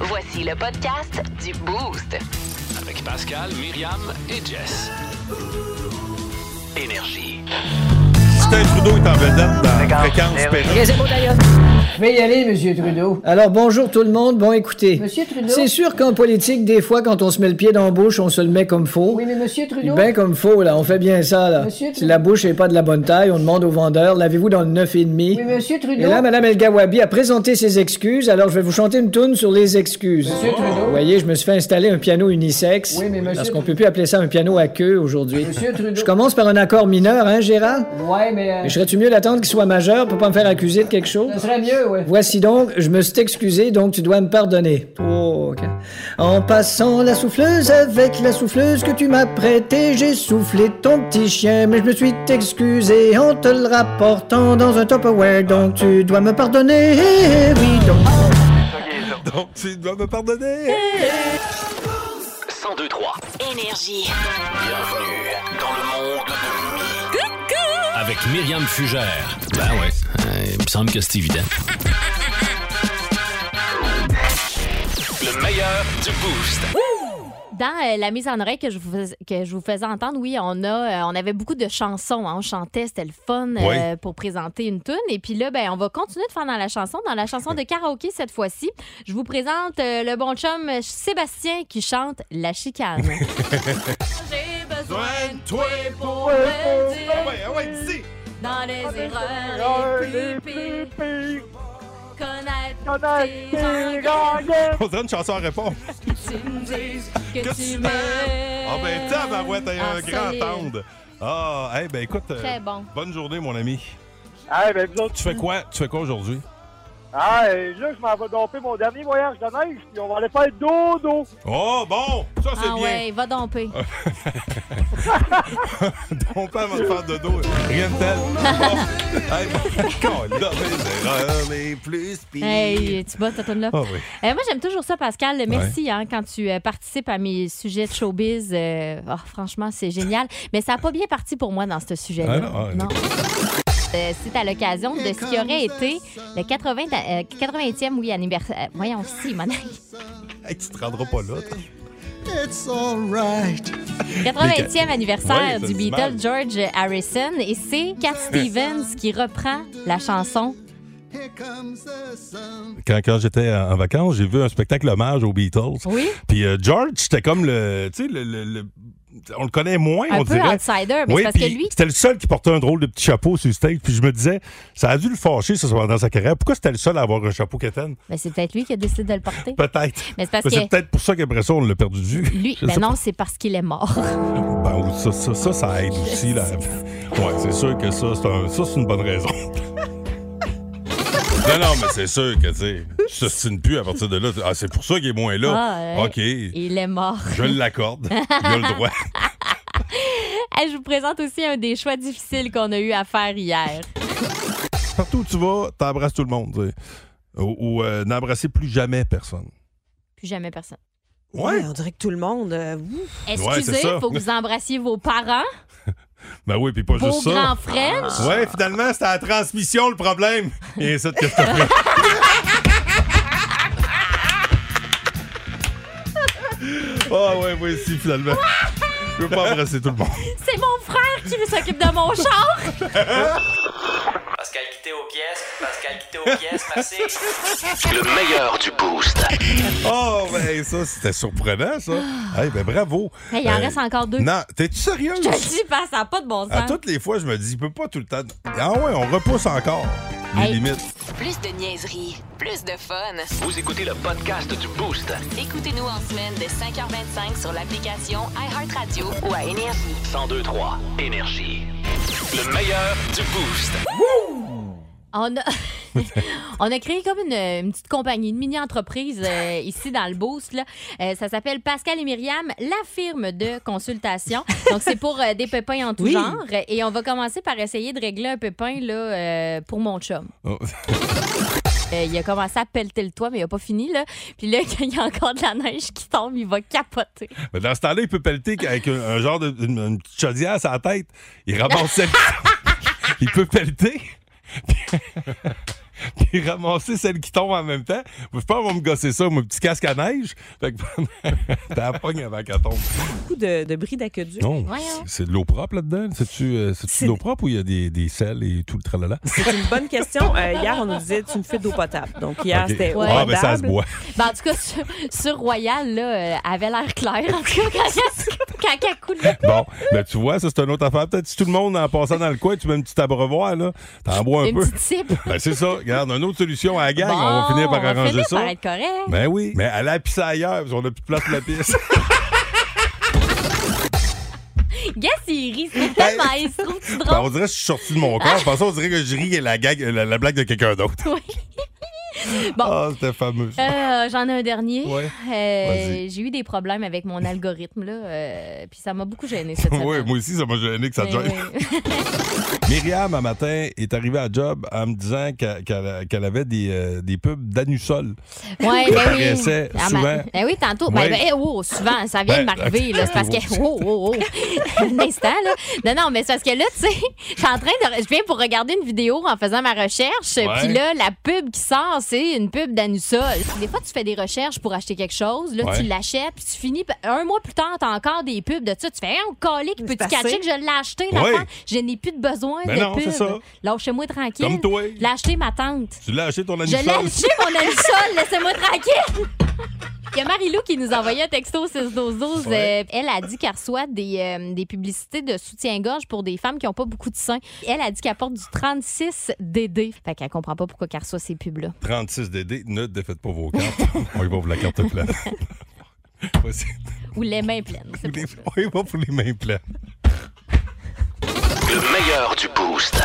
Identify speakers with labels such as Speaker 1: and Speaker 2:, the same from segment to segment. Speaker 1: Voici le podcast du Boost.
Speaker 2: Avec Pascal, Myriam et Jess. Énergie.
Speaker 3: Justin Trudeau est en vedette dans Fréquence Pérusse.
Speaker 4: Je vais y aller, Monsieur Trudeau.
Speaker 5: Alors bonjour tout le monde. Bon, écoutez.
Speaker 4: Monsieur Trudeau.
Speaker 5: C'est sûr qu'en politique, des fois, quand on se met le pied dans la bouche, on se le met comme faux.
Speaker 4: Oui, mais Monsieur Trudeau.
Speaker 5: Ben comme faux, là. On fait bien ça, là.
Speaker 4: Monsieur Trudeau.
Speaker 5: Si la bouche n'est pas de la bonne taille, on demande au vendeur, l'avez-vous dans le 9,5?
Speaker 4: Oui, Monsieur Trudeau.
Speaker 5: Et là, Mme El Gawabi a présenté ses excuses, alors je vais vous chanter une tune sur les excuses.
Speaker 4: Monsieur Trudeau.
Speaker 5: Vous voyez, je me suis fait installer un piano unisexe.
Speaker 4: Oui, mais monsieur
Speaker 5: Parce qu'on
Speaker 4: Trudeau.
Speaker 5: peut plus appeler ça un piano à queue aujourd'hui.
Speaker 4: Monsieur Trudeau.
Speaker 5: Je commence par un accord mineur, hein, Gérard?
Speaker 4: Ouais, mais. euh,
Speaker 5: Mais serais-tu mieux d'attendre qu'il soit majeur pour pas me faire accuser de quelque chose?
Speaker 4: Ça serait mieux, ouais.
Speaker 5: Voici donc, je me suis excusé, donc tu dois me pardonner. Oh, ok. En passant la souffleuse avec la souffleuse que tu m'as prêtée, j'ai soufflé ton petit chien, mais je me suis excusé en te le rapportant dans un Tupperware, donc tu dois me pardonner. Eh, Oui, donc.
Speaker 3: Donc, tu dois me pardonner.
Speaker 2: 1023.
Speaker 1: Énergie.
Speaker 2: Bienvenue dans le monde de Mi. Avec Myriam Fugère. Ben ouais. euh, il me semble que c'est évident. Le meilleur du boost.
Speaker 6: Dans euh, la mise en oreille que je vous, fais- que je vous faisais entendre, oui, on a, euh, on avait beaucoup de chansons. hein. on chantait, c'était le fun euh,
Speaker 3: Oui.
Speaker 6: pour présenter une tune. Et puis là, ben, on va continuer de faire dans la chanson, dans la chanson de karaoké cette fois-ci. Je vous présente euh, le bon chum euh, Sébastien qui chante La chicane. J'ai besoin de toi pour me dire
Speaker 3: Ah ouais, ah ouais, dis.
Speaker 6: dans les erreurs les plus pires. Connaître tes regrets,
Speaker 3: On dirait une chanson à répondre.
Speaker 6: tu me dis
Speaker 3: Que
Speaker 6: que
Speaker 3: tu
Speaker 6: tu m'aimes.
Speaker 3: Ah ben, tiens, ma voix, t'as eu
Speaker 6: Ah,
Speaker 3: un grand
Speaker 6: solide.
Speaker 3: tendre. Ah, eh ben, écoute. euh,
Speaker 6: Très bon.
Speaker 3: Bonne journée, mon ami.
Speaker 7: Ah, ben vous autres,
Speaker 3: Tu fais quoi? Tu fais quoi aujourd'hui?
Speaker 7: ah, euh, là, je m'en vais domper mon dernier voyage de neige, puis on va aller faire dodo.
Speaker 3: Oh, bon! Ça, c'est
Speaker 6: Ah
Speaker 3: bien. Ah,
Speaker 6: ouais, va domper.
Speaker 3: On peut avant de faire de dos. Rien de tel. Bon. Hey, bon, dans les erreurs les plus pires.
Speaker 6: Hey, tu bats ta toune là.
Speaker 3: Ah oui.
Speaker 6: Euh, moi, j'aime toujours ça, Pascal. Merci hein, quand tu euh, participes à mes sujets de showbiz. Euh, oh, franchement, c'est génial. Mais ça n'a pas bien parti pour moi dans ce sujet-là.
Speaker 3: Ah non, ah,
Speaker 6: non. Euh, c'est à l'occasion de ce qui aurait été le 80, euh, 80e oui, anniversaire. euh, voyons, si, mon
Speaker 3: Hey, tu te rendras pas là. toi.
Speaker 6: 80e anniversaire
Speaker 3: Ouais, ça
Speaker 6: du
Speaker 3: se
Speaker 6: Beatle
Speaker 3: mal.
Speaker 6: George Harrison et c'est Cat Stevens qui reprend la chanson.
Speaker 3: Quand, quand j'étais en en vacances, j'ai vu un spectacle hommage aux Beatles.
Speaker 6: Oui,
Speaker 3: Puis euh, George, c'était comme le. Tu sais, le, le- le- On le connaît moins,
Speaker 6: un
Speaker 3: on
Speaker 6: peu
Speaker 3: dirait.
Speaker 6: outsider, mais
Speaker 3: Oui,
Speaker 6: c'est parce que
Speaker 3: puis
Speaker 6: lui,
Speaker 3: c'était le seul qui portait un drôle de petit chapeau sur le stage. Puis je me disais, ça a dû le fâcher ça, dans sa carrière. Pourquoi c'était le seul à avoir un chapeau quétaine?
Speaker 6: ben, c'est peut-être lui qui a décidé de le porter.
Speaker 3: Peut-être.
Speaker 6: Mais c'est parce
Speaker 3: Mais
Speaker 6: que
Speaker 3: C'est peut-être pour ça qu'après ça, on l'a perdu de vue.
Speaker 6: Lui,
Speaker 3: Je
Speaker 6: ben
Speaker 3: sais
Speaker 6: non, c'est parce qu'il est mort.
Speaker 3: Ben, ou ça, ça, ça, ça aide aussi. Là. Ouais, c'est sûr que ça, c'est un- ça, c'est une bonne raison. non, non, mais c'est sûr que, tu sais, je t'ostine plus à partir de là. Ah, c'est pour ça qu'il est moins là.
Speaker 6: Ah, euh,
Speaker 3: OK,
Speaker 6: Il est mort.
Speaker 3: je l'accorde. Il a le droit.
Speaker 6: Hey, je vous présente aussi un des choix difficiles qu'on a eu à faire hier.
Speaker 3: Partout où tu vas, t'embrasses tout le monde. tu sais. Ou, ou, euh, n'embrasser plus jamais personne.
Speaker 6: Plus jamais personne.
Speaker 3: Ouais.
Speaker 8: on dirait que tout le monde. euh, ouf.
Speaker 6: Excusez,
Speaker 3: c'est ça.
Speaker 6: faut que vous embrassiez vos parents,
Speaker 3: Ben oui, puis pas
Speaker 6: vos
Speaker 3: juste ça. Ah.
Speaker 6: grands frères.
Speaker 3: Ouais, finalement, c'était la transmission le problème. Et ça, qu'est-ce que t'as fait? Ah ouais, moi aussi, finalement. Je veux pas embrasser tout le monde.
Speaker 6: C'est mon frère qui s'occupe de mon char.
Speaker 9: Pascal Guité aux pièces, Pascal Guité aux pièces, merci.
Speaker 2: Le meilleur du boost.
Speaker 3: Oh, ben ça, c'était surprenant, ça. Eh ben bravo.
Speaker 6: Hey, il en
Speaker 3: Euh,
Speaker 6: reste encore deux.
Speaker 3: Non, t'es-tu sérieux?
Speaker 6: Je te dis pas, ça n'a pas de bon
Speaker 3: À
Speaker 6: sens.
Speaker 3: toutes les fois, je me dis, il peut pas tout le temps. Ah ouais, on repousse encore les
Speaker 6: Hey.
Speaker 3: limites.
Speaker 1: Plus de niaiserie, plus de fun.
Speaker 2: Vous écoutez le podcast du boost.
Speaker 1: Écoutez-nous en semaine de 5h25 sur l'application iHeartRadio ou à Énergie.
Speaker 2: 1023. Énergie. Le meilleur du boost.
Speaker 6: On a, on a créé comme une, une petite compagnie, une mini-entreprise euh, ici dans le Beauce. Là. Euh, ça s'appelle Pascal et Myriam, la firme de consultation. Donc, c'est pour euh, des pépins en tout
Speaker 8: Oui.
Speaker 6: genre. Et on va commencer par essayer de régler un pépin là, euh, pour mon chum.
Speaker 3: Oh.
Speaker 6: Euh, il a commencé à pelleter le toit, mais il n'a pas fini. Là. Puis là, quand il y a encore de la neige qui tombe, il va capoter.
Speaker 3: Mais dans ce temps-là, il peut pelleter avec un, un genre de une, une petite chaudière à sa tête. Il ramasse celle Il peut pelleter. puis ramasser celle qui tombe en même temps. Je pas, on va me gosser ça, mon petit casque à neige. Fait que pendant- t'as la pogne avant qu'elle tombe.
Speaker 8: Beaucoup de, de bris d'aqueduc.
Speaker 3: Non,
Speaker 6: Voyons.
Speaker 3: c'est- c'est de l'eau propre là-dedans? C'est-tu euh, c'est-tu
Speaker 8: C'est-
Speaker 3: de l'eau propre ou il y a des, des sels et tout le tralala?
Speaker 8: C'est une bonne question. Euh, hier, on nous disait tu me fais d'eau potable. Donc hier,
Speaker 3: Ok.
Speaker 8: c'était eau
Speaker 3: Ah, ben ça se
Speaker 8: potable.
Speaker 3: boit.
Speaker 6: Ben, en tout cas, sur, sur Royal, là, euh, avait l'air clair. En tout cas, quand- quand elle coulait.
Speaker 3: Bon, ben tu vois, ça c'est une autre affaire. Peut-être si tout le monde en passant dans le coin, tu mets une petite abreuvoir, là, t'en bois un
Speaker 6: Une
Speaker 3: peu.
Speaker 6: petite cible.
Speaker 3: Ben c'est ça. Regarde, une autre solution à la gang.
Speaker 6: Bon,
Speaker 3: on va finir par
Speaker 6: on va
Speaker 3: arranger
Speaker 6: finir
Speaker 3: ça.
Speaker 6: par être correct.
Speaker 3: Ben oui. Mais allez à pisser ailleurs, parce qu'on a plus de place pour la pisse.
Speaker 6: Guess, il rit. C'est tellement, il se trouve
Speaker 3: Ben,
Speaker 6: drôle.
Speaker 3: on dirait que je suis sorti de mon corps. En passant, on dirait que je ris et la, gag- la, la blague de quelqu'un d'autre.
Speaker 6: Bon.
Speaker 3: Ah, c'était fameux. ça.
Speaker 6: Euh, J'en ai un dernier.
Speaker 3: Ouais.
Speaker 6: Euh,
Speaker 3: Vas-y.
Speaker 6: J'ai eu des problèmes avec mon algorithme, là. euh, Puis ça m'a beaucoup gêné cette semaine.
Speaker 3: Oui, moi aussi, ça m'a gêné que ça te
Speaker 6: Mais
Speaker 3: gêne.
Speaker 6: Ben oui.
Speaker 3: Myriam, un matin, est arrivée à job en me disant qu'elle qu'elle- qu'elle avait des, euh, des pubs d'anusol.
Speaker 6: Ouais,
Speaker 3: Qui
Speaker 6: ben oui.
Speaker 3: apparaissait
Speaker 6: Ah,
Speaker 3: souvent.
Speaker 6: ben- ben oui, tantôt.
Speaker 3: Ouais.
Speaker 6: Ben, ben, eh, oh, souvent, ça vient
Speaker 3: Ben,
Speaker 6: de m'arriver.
Speaker 3: ok.
Speaker 6: là, C'est parce que. Oh, oh, oh. Un instant, là. Non, non, mais c'est parce que là, tu sais, je suis en train de. Je viens pour regarder une vidéo en faisant ma recherche. Puis là, la pub qui sort, c'est une pub d'Anusol. Des fois, tu fais des recherches pour acheter quelque chose. Là,
Speaker 3: Ouais.
Speaker 6: tu l'achètes. Puis tu finis. Un mois plus tard, t'as encore des pubs de ça. Tu fais, un collé
Speaker 8: C'est
Speaker 6: qui peut-tu
Speaker 8: assez.
Speaker 6: catcher que je l'ai acheté,
Speaker 3: Ouais.
Speaker 6: l'enfant? Je n'ai plus de besoin
Speaker 3: Ben
Speaker 6: de
Speaker 3: non,
Speaker 6: pub.
Speaker 3: c'est ça.
Speaker 6: Lâchez-moi tranquille.
Speaker 3: Comme toi.
Speaker 6: Je l'ai acheté, ma tante.
Speaker 3: Tu l'as acheté ton
Speaker 6: Je
Speaker 3: anusol?
Speaker 6: l'ai acheté, mon ami Sol, laissez-moi tranquille! Il y a Marie-Lou qui nous envoyait un texto au 6 12 12
Speaker 3: Ouais.
Speaker 6: Euh, Elle a dit qu'elle reçoit des, euh, des publicités de soutien-gorge pour des femmes qui n'ont pas beaucoup de seins. Elle a dit qu'elle porte du 36 DD. Fait qu'elle comprend pas pourquoi qu'elle reçoit ces pubs-là.
Speaker 3: 36 DD, ne défaites pas vos cartes. On y va pour la carte pleine. Voici.
Speaker 6: Ou les mains pleines. c'est
Speaker 3: Ben,
Speaker 6: pas ça.
Speaker 3: On y va pour les mains pleines.
Speaker 2: Le meilleur du boost.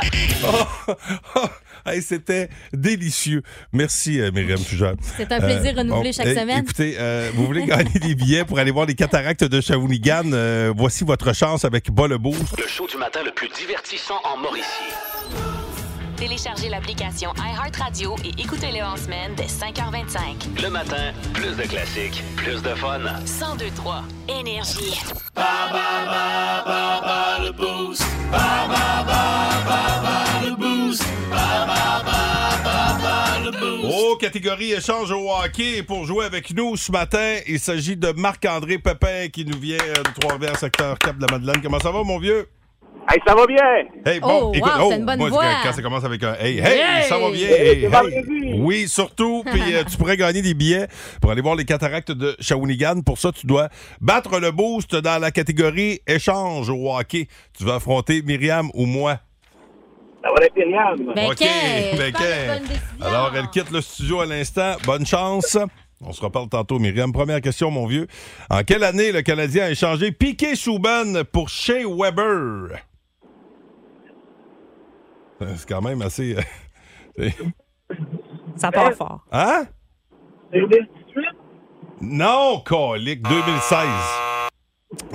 Speaker 3: Ah, hey, C'était délicieux. Merci, euh, Myriam Fugère.
Speaker 6: C'est un plaisir renouvelé chaque
Speaker 3: eh,
Speaker 6: semaine.
Speaker 3: Écoutez, euh, vous voulez gagner des billets pour aller voir les cataractes de Shawinigan? euh, voici votre chance avec Bas le Boost.
Speaker 2: Le show du matin le plus divertissant en Mauricie.
Speaker 1: Téléchargez l'application iHeartRadio et écoutez-le en semaine dès 5h25.
Speaker 2: Le matin, plus de classiques, plus de fun.
Speaker 1: 1023 Énergie.
Speaker 3: Oh, catégorie échange au hockey. Pour jouer avec nous ce matin, il s'agit de Marc-André Pépin qui nous vient euh, de Trois-Rivières, secteur Cap-de-la-Madeleine. Comment ça va, mon vieux?
Speaker 7: Hey, ça va bien!
Speaker 3: Hey, bon,
Speaker 6: Oh,
Speaker 3: écoute,
Speaker 6: wow, c'est une bonne
Speaker 3: moi,
Speaker 6: voix.
Speaker 3: quand ça commence avec un hey, hey,
Speaker 6: Hey!
Speaker 3: ça va bien. hey,
Speaker 7: c'est
Speaker 3: hey.
Speaker 7: vendredi.
Speaker 3: Oui, surtout, puis euh, tu pourrais gagner des billets pour aller voir les cataractes de Shawinigan. Pour ça, tu dois battre le boost dans la catégorie échange au hockey. Tu vas affronter Myriam ou moi.
Speaker 7: Ça va être Myriam.
Speaker 6: Ben,
Speaker 3: OK,
Speaker 6: qu'est-ce?
Speaker 3: ben,
Speaker 6: Pas
Speaker 3: qu'est-ce?
Speaker 6: de bonne décision.
Speaker 3: Alors, elle quitte le studio à l'instant. Bonne chance. On se reparle tantôt, Myriam. Première question, mon vieux. En quelle année le Canadien a échangé Piquet Souban pour Shea Weber? Euh, C'est quand même assez. euh,
Speaker 8: Ça part
Speaker 10: Ben,
Speaker 8: fort.
Speaker 3: Hein?
Speaker 7: 2018?
Speaker 3: Non, colique, 2016.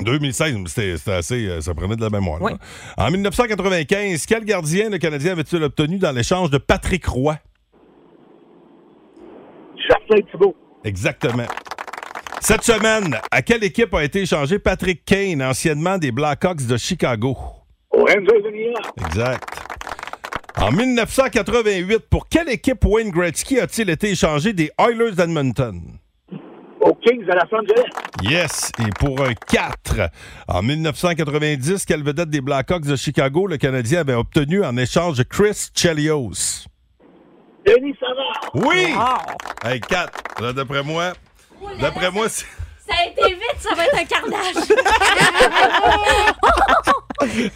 Speaker 3: 2016, mais c'était c'était assez. euh, Ça prenait de la mémoire. là.
Speaker 8: Oui.
Speaker 3: En 1995, quel gardien le Canadien avait-il obtenu dans l'échange de Patrick Roy?
Speaker 7: Jocelyn Thibault.
Speaker 3: Exactement. Cette semaine, à quelle équipe a été échangé Patrick Kane, anciennement des Blackhawks de Chicago?
Speaker 7: Au Rangers de New York.
Speaker 3: Exact. En 1988, pour quelle équipe Wayne Gretzky a-t-il été échangé des Oilers d'Edmonton?
Speaker 7: Aux Kings de Los Angeles.
Speaker 3: Yes, et pour un 4. En 1990, quelle vedette des Blackhawks de Chicago le Canadien avait obtenu en échange de Chris Chelios?
Speaker 7: Denis Savard.
Speaker 3: Oui!
Speaker 8: Ah!
Speaker 3: Hey, 4. Là, D'après moi, d'après moi, c'est-
Speaker 6: Ça a été vite, ça va être un carnage.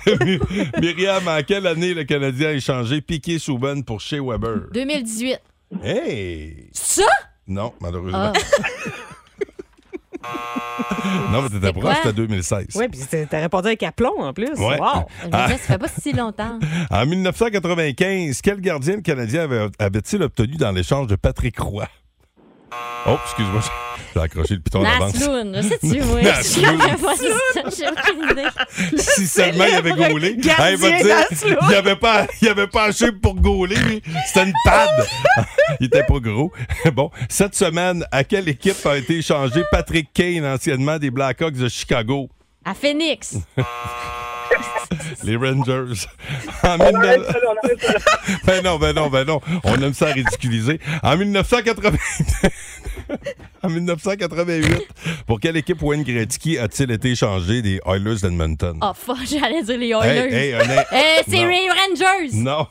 Speaker 3: My- Myriam, en quelle année le Canadien a échangé Piqué Souban pour Shea Weber?
Speaker 6: 2018.
Speaker 3: Hey!
Speaker 6: Ça?
Speaker 3: Non, malheureusement.
Speaker 6: Ah.
Speaker 3: Non, mais t'étais
Speaker 6: C'est quoi?
Speaker 3: proche, c'était 2016.
Speaker 8: Oui, puis c'est- t'as répondu avec aplomb en plus.
Speaker 3: Ouais.
Speaker 8: Wow.
Speaker 6: Je veux
Speaker 3: Ah.
Speaker 6: dire, ça fait pas si longtemps.
Speaker 3: En 1995, quel gardien le Canadien avait- avait-il obtenu dans l'échange de Patrick Roy? Oh, excuse-moi, j'ai accroché le piton d'avance.
Speaker 6: Nasloun, je sais-tu, moi.
Speaker 3: Nasloun.
Speaker 6: J'ai aucune idée.
Speaker 3: Si seulement il avait gaulé.
Speaker 8: gardien
Speaker 3: Hey, va te
Speaker 8: d'Aslo.
Speaker 3: il avait pas, il avait pas haché pour gauler. lui. C'était une pad. il était pas gros. Bon, cette semaine, à quelle équipe a été échangé Patrick Kane, anciennement des Blackhawks de Chicago?
Speaker 6: À Phoenix.
Speaker 3: Les Rangers. En 1900 ben non, ben non, ben non. On aime ça ridiculiser. En 1980... en 1988, pour quelle équipe Wayne Gretzky a-t-il été échangé des Oilers d'Edmonton?
Speaker 6: Oh, fuck, j'allais dire les
Speaker 3: Hey,
Speaker 6: Oilers.
Speaker 3: hey, un in-
Speaker 6: Euh, c'est
Speaker 3: Non.
Speaker 6: les Rangers.
Speaker 3: Non,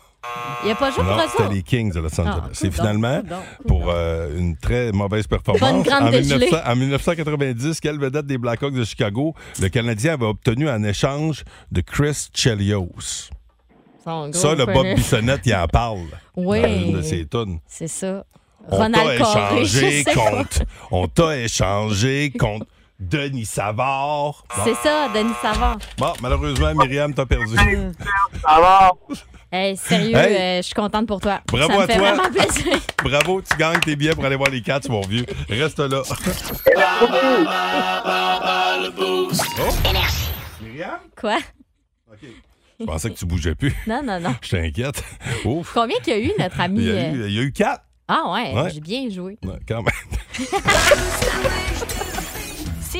Speaker 6: Il n'y a pas joué
Speaker 3: non,
Speaker 6: pour ça.
Speaker 3: Ah, c'était les Kings de Los Angeles.
Speaker 6: Ah,
Speaker 3: C'est
Speaker 6: coudonc,
Speaker 3: finalement
Speaker 6: coudonc, coudonc.
Speaker 3: pour euh, une très mauvaise performance.
Speaker 6: Bonne grande
Speaker 3: en,
Speaker 6: dégelée.
Speaker 3: 1900 en 1990, quelle vedette des Blackhawks de Chicago le Canadien avait obtenu en échange de Chris Chelios?
Speaker 6: Son gros
Speaker 3: Ça, le Bob
Speaker 6: connu.
Speaker 3: Bissonnette, il en parle dans une de
Speaker 6: Oui,
Speaker 3: ses tunes.
Speaker 6: c'est ça.
Speaker 3: On t'a
Speaker 6: Ronald Coré,
Speaker 3: échangé
Speaker 6: je sais pas.
Speaker 3: contre. On t'a échangé contre Denis Savard. Bon,
Speaker 6: C'est ça, Denis Savard.
Speaker 3: bon, malheureusement, Myriam, t'as perdu.
Speaker 6: Euh.
Speaker 7: Alors,
Speaker 6: Hey, sérieux,
Speaker 3: Hey.
Speaker 6: euh, je suis contente pour toi.
Speaker 3: Bravo
Speaker 6: ça me
Speaker 3: à
Speaker 6: fait
Speaker 3: toi.
Speaker 6: vraiment plaisir.
Speaker 3: Bravo, tu gagnes tes billets pour aller voir les Cats, mon vieux. Reste là. Oh. Myriam?
Speaker 6: Quoi?
Speaker 3: OK. Je pensais que tu bougeais plus.
Speaker 6: Non, non, non.
Speaker 3: Je t'inquiète. Ouf.
Speaker 6: Combien qu'il y a eu, notre ami?
Speaker 3: Il y
Speaker 6: euh,
Speaker 3: a eu, il y a eu quatre.
Speaker 6: Ah ouais,
Speaker 3: Ouais.
Speaker 6: j'ai bien joué.
Speaker 3: Ouais, quand même.
Speaker 1: Si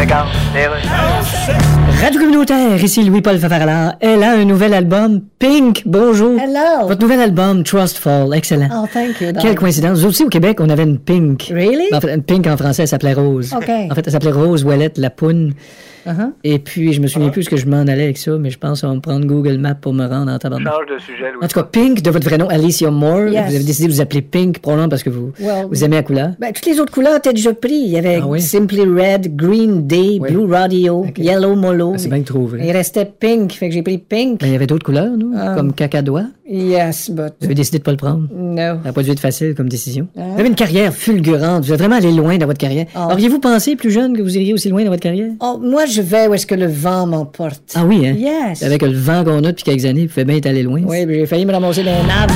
Speaker 9: Regarde, les rues.
Speaker 5: Radio communautaire, ici Louis-Paul Favarala. Elle a un nouvel album, Pink. Bonjour.
Speaker 4: Hello.
Speaker 5: Votre nouvel album, Trust Fall, excellent.
Speaker 4: Oh, thank you.
Speaker 5: Quelle
Speaker 4: darling.
Speaker 5: coïncidence. Nous aussi, au Québec, on avait une Pink.
Speaker 4: Really?
Speaker 5: En fait, une Pink en français, elle s'appelait Rose.
Speaker 4: OK.
Speaker 5: En fait, elle s'appelait Rose Ouellette Lapoune.
Speaker 4: Uh-huh.
Speaker 5: Et puis, je me
Speaker 9: Ah.
Speaker 5: souviens plus ce que je m'en allais avec ça, mais je pense qu'on va me prendre Google Maps pour me rendre en tabarnak.
Speaker 9: Change de sujet, Louis.
Speaker 5: En tout cas, Pink, de votre vrai nom, Alicia Moore.
Speaker 4: Yes.
Speaker 5: Vous avez décidé de vous appeler Pink, probablement parce que vous,
Speaker 4: Well-
Speaker 5: vous aimez la couleur.
Speaker 4: Ben, toutes les autres couleurs étaient déjà prises. Il y avait
Speaker 5: Ah oui?
Speaker 4: Simply Red, Green Day,
Speaker 5: Oui.
Speaker 4: Blue Radio,
Speaker 5: Ok.
Speaker 4: Yellow Molo.
Speaker 5: Ah, C'est bien
Speaker 4: Il
Speaker 5: trouvé.
Speaker 4: restait Pink, fait que j'ai pris Pink.
Speaker 5: Mais il y avait d'autres couleurs, nous,
Speaker 4: Ah.
Speaker 5: comme cacadois.
Speaker 4: Yes, but
Speaker 5: Vous avez décidé de pas le prendre.
Speaker 4: no.
Speaker 5: Ça n'a pas dû être facile comme décision.
Speaker 4: Ah.
Speaker 5: Vous avez une carrière fulgurante. Vous êtes vraiment allé loin dans votre carrière.
Speaker 4: Ah.
Speaker 5: Auriez-vous pensé, plus jeune, que vous iriez aussi loin dans votre carrière?
Speaker 4: Oh, moi, je vais où est-ce que le vent m'emporte.
Speaker 5: Ah oui, hein?
Speaker 4: Yes.
Speaker 5: Avec le vent qu'on a depuis quelques années, vous pouvez bien être allé loin.
Speaker 4: Oui, mais j'ai failli me ramasser dans un arbre.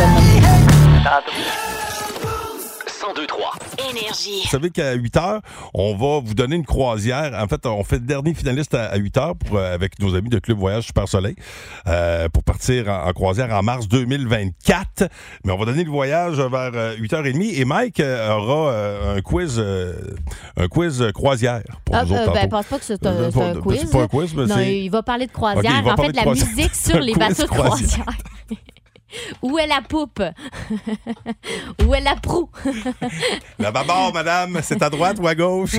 Speaker 2: 1023.
Speaker 1: Énergie.
Speaker 3: Vous savez qu'à 8 heures, on va vous donner une croisière. En fait, on fait le dernier finaliste à, 8 heures pour, euh, avec nos amis de Club Voyage Super Soleil euh, pour partir en, en croisière en mars 2024. Mais on va donner le voyage vers 8h30 et Mike euh, aura euh, un quiz euh, un quiz euh, croisière pour
Speaker 6: Ah,
Speaker 3: nous autres
Speaker 6: euh, ben,
Speaker 3: tantôt.
Speaker 6: pense pas que c'est
Speaker 3: Euh,
Speaker 6: un, c'est un
Speaker 3: pas-
Speaker 6: quiz.
Speaker 3: c'est pas un quiz, mais
Speaker 6: non,
Speaker 3: c'est-
Speaker 6: il va parler de
Speaker 3: Ok, il
Speaker 6: croisière.
Speaker 3: va
Speaker 6: en
Speaker 3: parler
Speaker 6: fait,
Speaker 3: de
Speaker 6: la
Speaker 3: croisière.
Speaker 6: musique sur
Speaker 3: Un
Speaker 6: les
Speaker 3: quiz
Speaker 6: bateaux de
Speaker 3: croisière.
Speaker 6: croisière. Où est la poupe? Où est la proue?
Speaker 3: La babord, madame, c'est à droite ou à gauche?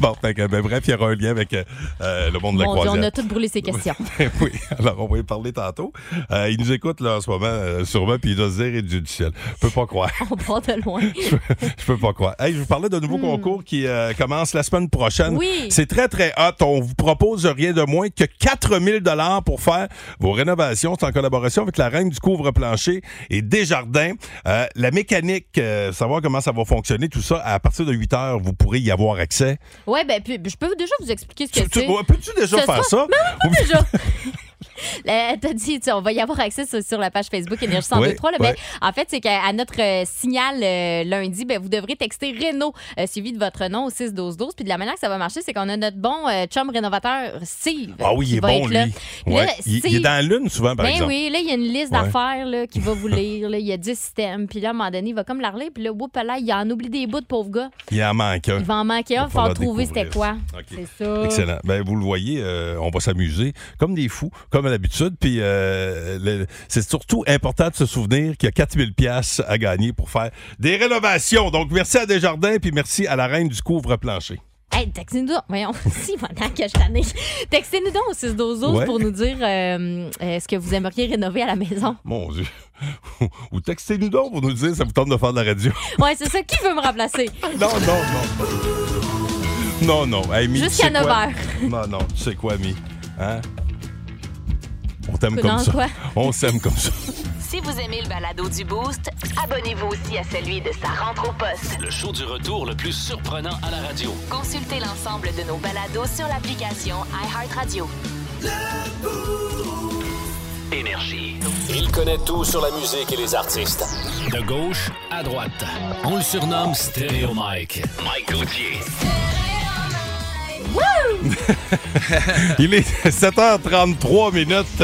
Speaker 3: bon, fait que, ben, bref, il y aura un lien avec euh, euh, le monde de la
Speaker 6: Mon Dieu,
Speaker 3: croisière. Ben
Speaker 6: on a toutes brûlé ces questions.
Speaker 3: oui, alors on va y parler tantôt. Euh, il nous écoute là en ce moment, euh, sûrement, puis il doit se dire et du ciel. Je peux pas croire.
Speaker 6: on part de loin.
Speaker 3: Je peux pas croire. Hey, je vous parlais d'un nouveau concours qui euh, commence la semaine prochaine.
Speaker 6: Hmm. Oui.
Speaker 3: C'est très, très hot. On vous propose rien de moins que 4000 dollars pour faire vos rénovations. C'est en collaboration avec la Reine du couvre-plancher et Desjardins. Euh, la mécanique, euh, savoir comment ça va fonctionner, tout ça, à partir de 8 heures, vous pourrez y avoir accès.
Speaker 6: Ouais, ben, puis, je peux déjà vous expliquer ce
Speaker 3: Tu-
Speaker 6: que
Speaker 3: tu-
Speaker 6: c'est.
Speaker 3: ouais, Peux-tu déjà
Speaker 6: Ce
Speaker 3: faire
Speaker 6: soir-
Speaker 3: ça?
Speaker 6: déjà. La- T'as dit, tu sais, on va y avoir accès sur, sur la page Facebook Énergie 1023. là,
Speaker 3: Ouais,
Speaker 6: mais
Speaker 3: ouais.
Speaker 6: en fait, c'est qu'à à notre euh, signal euh, lundi, ben, vous devrez texter Renault euh, suivi de votre nom au 6 12 12. Puis de la manière que ça va marcher, c'est qu'on a notre bon euh, chum rénovateur Steve.
Speaker 3: Ah oui,
Speaker 6: qui
Speaker 3: il est
Speaker 6: va
Speaker 3: bon,
Speaker 6: être
Speaker 3: lui.
Speaker 6: là. Puis là,
Speaker 3: Ouais. Il, il est
Speaker 6: Steve-
Speaker 3: dans la lune souvent, par
Speaker 6: ben
Speaker 3: exemple.
Speaker 6: oui, là, il y a une liste
Speaker 3: Ouais.
Speaker 6: d'affaires là, qu'il va vous lire. là. Il y a 10 systèmes. Puis là, à un moment donné, il va comme la relire. Puis là, whoop, là, il en oublie des bouts de pauvre gars.
Speaker 3: Il en manque un.
Speaker 6: Il va en manquer un. Il va
Speaker 3: falloir
Speaker 6: falloir trouver c'était quoi.
Speaker 3: découvrir ça. OK.
Speaker 6: C'est ça.
Speaker 3: Excellent. Ben, vous le voyez, euh, on va s'amuser comme des fous, comme à l'habitude. Puis euh, le- c'est surtout important de se souvenir qu'il y a 4000 pièces à gagner pour faire des rénovations. Donc merci à Desjardins puis merci à la reine du couvre-plancher.
Speaker 6: Hey, textez-nous donc. Voyons, si, pendant que je t'en ai. Textez-nous donc au 6 12
Speaker 3: Ouais.
Speaker 6: pour nous dire euh, euh, ce que vous aimeriez rénover à la maison.
Speaker 3: Mon Dieu. Ou textez-nous donc pour nous dire ça vous tente de faire de la radio.
Speaker 6: Ouais, c'est ça. Qui veut me remplacer?
Speaker 3: non, non, non. Non, non. Hey, Mi, tu
Speaker 6: Jusqu'à
Speaker 3: sais quoi?
Speaker 6: 9 heures.
Speaker 3: Non, non. Tu sais quoi, Mi? Hein? On t'aime
Speaker 6: Non,
Speaker 3: comme ça.
Speaker 6: quoi?
Speaker 3: On s'aime comme ça.
Speaker 1: Si vous aimez le balado du Boost, abonnez-vous aussi à celui de sa rentre au poste.
Speaker 2: Le show du retour le plus surprenant à la radio.
Speaker 1: Consultez l'ensemble de nos balados sur l'application iHeartRadio.
Speaker 2: Énergie. Il connaît tout sur la musique et les artistes. De gauche à droite. On le surnomme Stéréo Mike. Mike Gauthier.
Speaker 3: Il est 7h33 minutes.